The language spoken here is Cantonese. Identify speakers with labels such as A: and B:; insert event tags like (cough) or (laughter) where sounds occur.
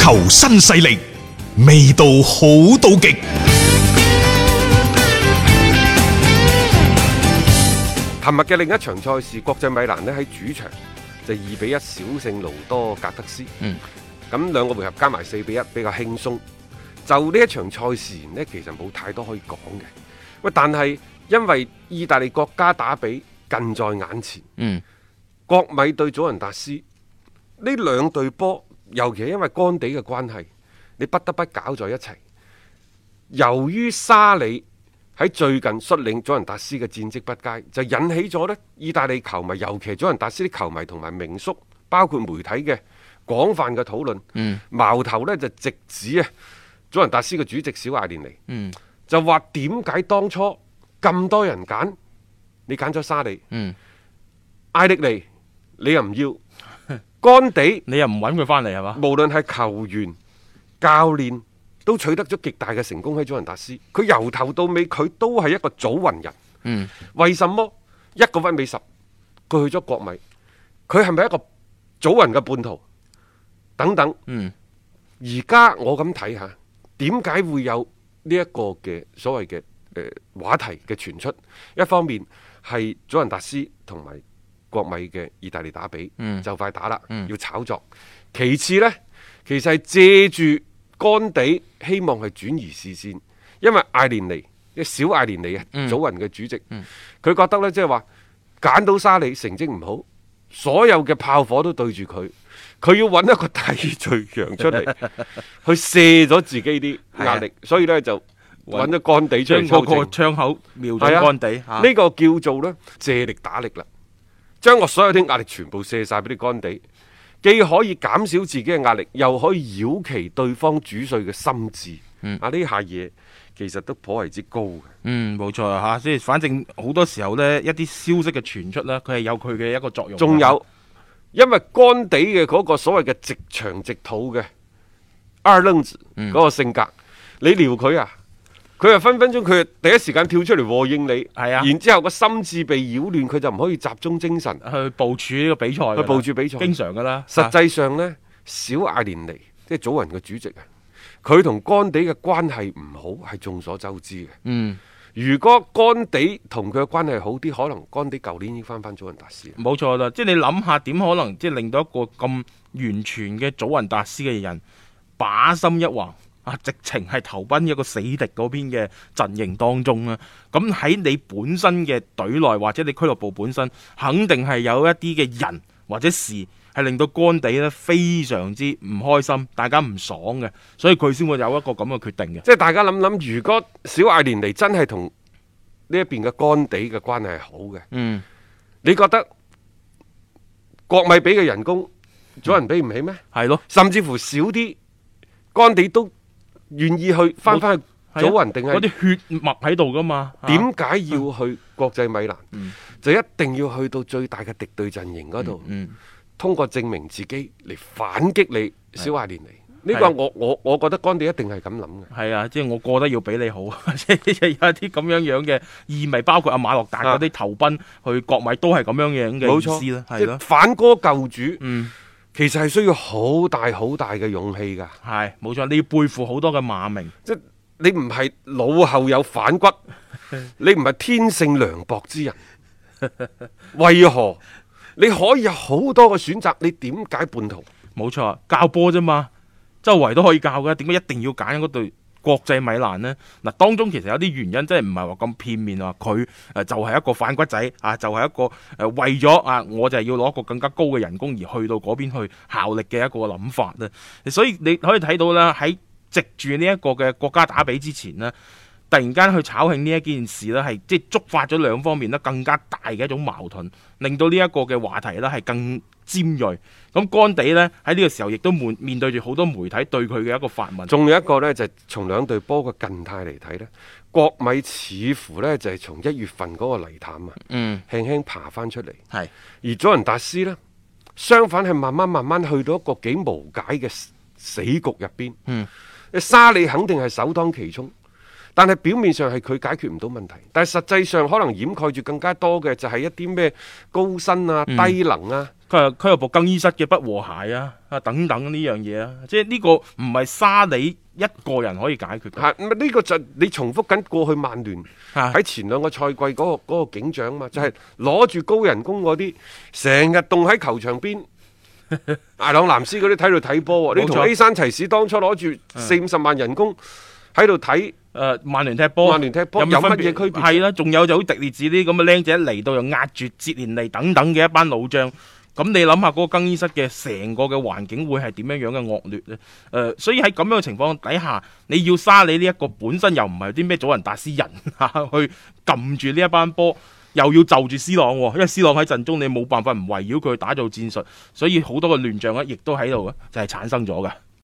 A: 球新勢力，味道好到極。
B: 琴日嘅另一場賽事，國際米蘭呢喺主場就二比一小勝盧多格德斯。
C: 嗯，
B: 咁兩個回合加埋四比一，比較輕鬆。就呢一場賽事呢，其實冇太多可以講嘅。喂，但係因為意大利國家打比近在眼前，
C: 嗯，
B: 國米對祖雲達斯呢兩隊波，尤其係因為干地嘅關係，你不得不搞在一齊。由於沙里喺最近率領祖雲達斯嘅戰績不佳，就引起咗呢意大利球迷，尤其係祖雲達斯啲球迷同埋名宿，包括媒體嘅廣泛嘅討論。
C: 嗯
B: 矛頭呢就直指啊祖雲達斯嘅主席小艾連尼，
C: 嗯
B: 就話點解當初咁多人揀，你揀咗沙里，
C: 嗯，
B: 艾力尼你又唔
C: (laughs)
B: 要，干地
C: 你又唔揾佢翻嚟係嘛？
B: 無論係球員、教練，都取得咗極大嘅成功喺祖雲達斯。佢由頭到尾，佢都係一個祖雲人。
C: 嗯，
B: 為什麼一個屈美十，佢去咗國米，佢係咪一個祖雲嘅叛徒？等等。
C: 嗯，
B: 而家我咁睇下，點解會有呢一個嘅所謂嘅誒話題嘅傳出？一方面係祖雲達斯同埋國米嘅意大利打比，
C: 嗯
B: 就快打啦，
C: 嗯
B: 要炒作。其次呢，其實係借住干地，希望係轉移視線，因為艾連尼，即係小艾連尼啊，
C: 嗯
B: 祖雲嘅主席，佢、覺得呢，即係話揀到沙利成績唔好，所有嘅炮火都對住佢，佢要揾一個替罪羊出
C: (laughs)
B: 嚟，去卸咗自己啲壓力，所以呢，就揾咗干地出
C: 啊
B: 嚟
C: 將嗰
B: 抽
C: 個
B: 正。
C: 窗口瞄
B: 係
C: 準
B: 啊
C: 乾地嚇。
B: 呢個叫做呢借力打力啦，將我所有啲壓力全部卸晒俾啲干地，既可以減少自己嘅壓力，又可以擾其對方主帥嘅心智。啊，呢下嘢其實都頗為之高嘅。
C: 嗯，冇錯啊嚇，即係反正好多時候呢，一啲消息嘅傳出呢，佢係有佢嘅一個作用。啊
B: 仲有，因為干地嘅嗰個所謂嘅直腸直肚嘅二愣子
C: 嗯
B: 嗰個性格，你撩佢啊，佢又分分鐘佢第一時間跳出嚟和應你，
C: 係啊
B: 然之後個心智被擾亂，佢就唔可以集中精神。
C: 去部署呢個比賽㗎
B: 去
C: 啦，
B: 部署比賽
C: 經常噶啦。
B: 實
C: 啊
B: 際上呢，小艾連尼即係祖雲嘅主席啊，佢同干地嘅關係唔好係眾所周知嘅。
C: 嗯，
B: 如果干地同佢嘅關係好啲，可能干地舊年已經翻返祖雲達斯啦。
C: 冇錯啦，即係你諗下點可能即係令到一個咁完全嘅祖雲達斯嘅人把心一橫。啊！直情係投奔一個死敵嗰邊嘅陣營當中啦。咁喺你本身嘅隊內或者你俱樂部本身，肯定係有一啲嘅人或者事係令到干地咧非常之唔開心，大家唔爽嘅，所以佢先會有一個咁嘅決定嘅。
B: 即係大家諗諗，如果小艾連尼真係同呢一邊嘅干地嘅關係係好嘅，
C: 嗯，
B: 你覺得國米俾嘅人工，祖人俾唔起咩？
C: 係咯。
B: 甚至乎少啲，干地都願意去翻翻去
C: 係啊
B: 祖雲定
C: 嗰
B: 係
C: 啲血脈喺度噶嘛？啊嗯
B: 點解要去國際米蘭？就一定要去到最大嘅敵對陣營嗰度，
C: 嗯
B: 通過證明自己嚟反擊你小艾連尼。呢
C: 係
B: 個
C: 啊
B: 我我我覺得干地一定係咁諗嘅。
C: 係啊，即係我過得要比你好， (laughs) 即係有一啲咁樣樣嘅意味，包括阿馬洛達嗰啲投奔去國米都係咁樣樣嘅
B: 啊冇
C: 意
B: 錯
C: 思啦，係
B: 即係
C: 咯，
B: 反戈救主。
C: 嗯，
B: 其實係需要好大好大嘅勇氣㗎，
C: 係冇錯，你要背負好多嘅罵名，
B: 即係你唔係腦後有反
C: (laughs)
B: 骨，你唔係天性涼薄之人，為何你可以有好多嘅選擇？你點解叛徒？
C: 冇錯，教波啫嘛，周圍都可以教嘅，點解一定要揀嗰隊國際米蘭呢？嗱，當中其實有啲原因，真係唔係話咁片面話佢誒就係一個反骨仔啊，就係、一個誒為咗啊，我就係要攞一個更加高嘅人工而去到嗰邊去效力嘅一個諗法咧。所以你可以睇到啦，喺藉住呢一個嘅國家打比之前呢。突然間去炒興呢一件事呢，係即係觸發咗兩方面咧更加大嘅一種矛盾，令到呢一個嘅話題呢係更尖鋭。咁干地呢，喺呢個時候亦都面面對住好多媒體對佢嘅一個發問。
B: 仲有一個呢，就係、從兩隊波嘅近態嚟睇呢，國米似乎呢，就係、從一月份嗰個泥潭啊，
C: 嗯，
B: 輕輕爬翻出嚟，
C: 係
B: 而佐仁達斯呢，相反係慢慢慢慢去到一個幾無解嘅死死局入邊。
C: 嗯
B: 沙利肯定係首當其衝，但係表面上係佢解決唔到問題，但係實際上可能掩蓋住更加多嘅就係一啲咩高薪啊、
C: 嗯
B: 低能啊。
C: 佢話俱樂部更衣室嘅不和諧啊，啊等等呢樣嘢啊，即係呢個唔係沙里一個人可以解決嘅。
B: 嚇！咁啊呢個就你重複緊過去曼聯
C: 嚇
B: 喺前兩個賽季嗰、個嗰個景象嘛，就係攞住高人工嗰啲，成日凍喺球場
C: (laughs)
B: 邊。艾朗藍斯嗰啲睇度睇波喎，你同
C: 冇錯嗯
B: A 山齊士當初攞住四五十萬人工喺度睇，
C: 誒，呃曼聯踢波，
B: 曼聯踢波有乜嘢區別
C: 係啦，仲有就好似迪列治呢啲咁嘅僆仔一嚟到又壓住哲連尼等等嘅一班老將。咁你諗下嗰個更衣室嘅成個嘅環境會係點樣樣嘅惡劣呢？誒、所以喺咁樣嘅情況底下，你要沙你呢一個本身又唔係啲咩祖雲達斯人 (laughs) 去撳住呢一班波，又要就住 C 朗喎，因為 C 朗喺陣啊中你冇辦法唔圍繞佢去打造戰術，所以好多嘅亂象咧，亦都喺度就係產生咗㗎。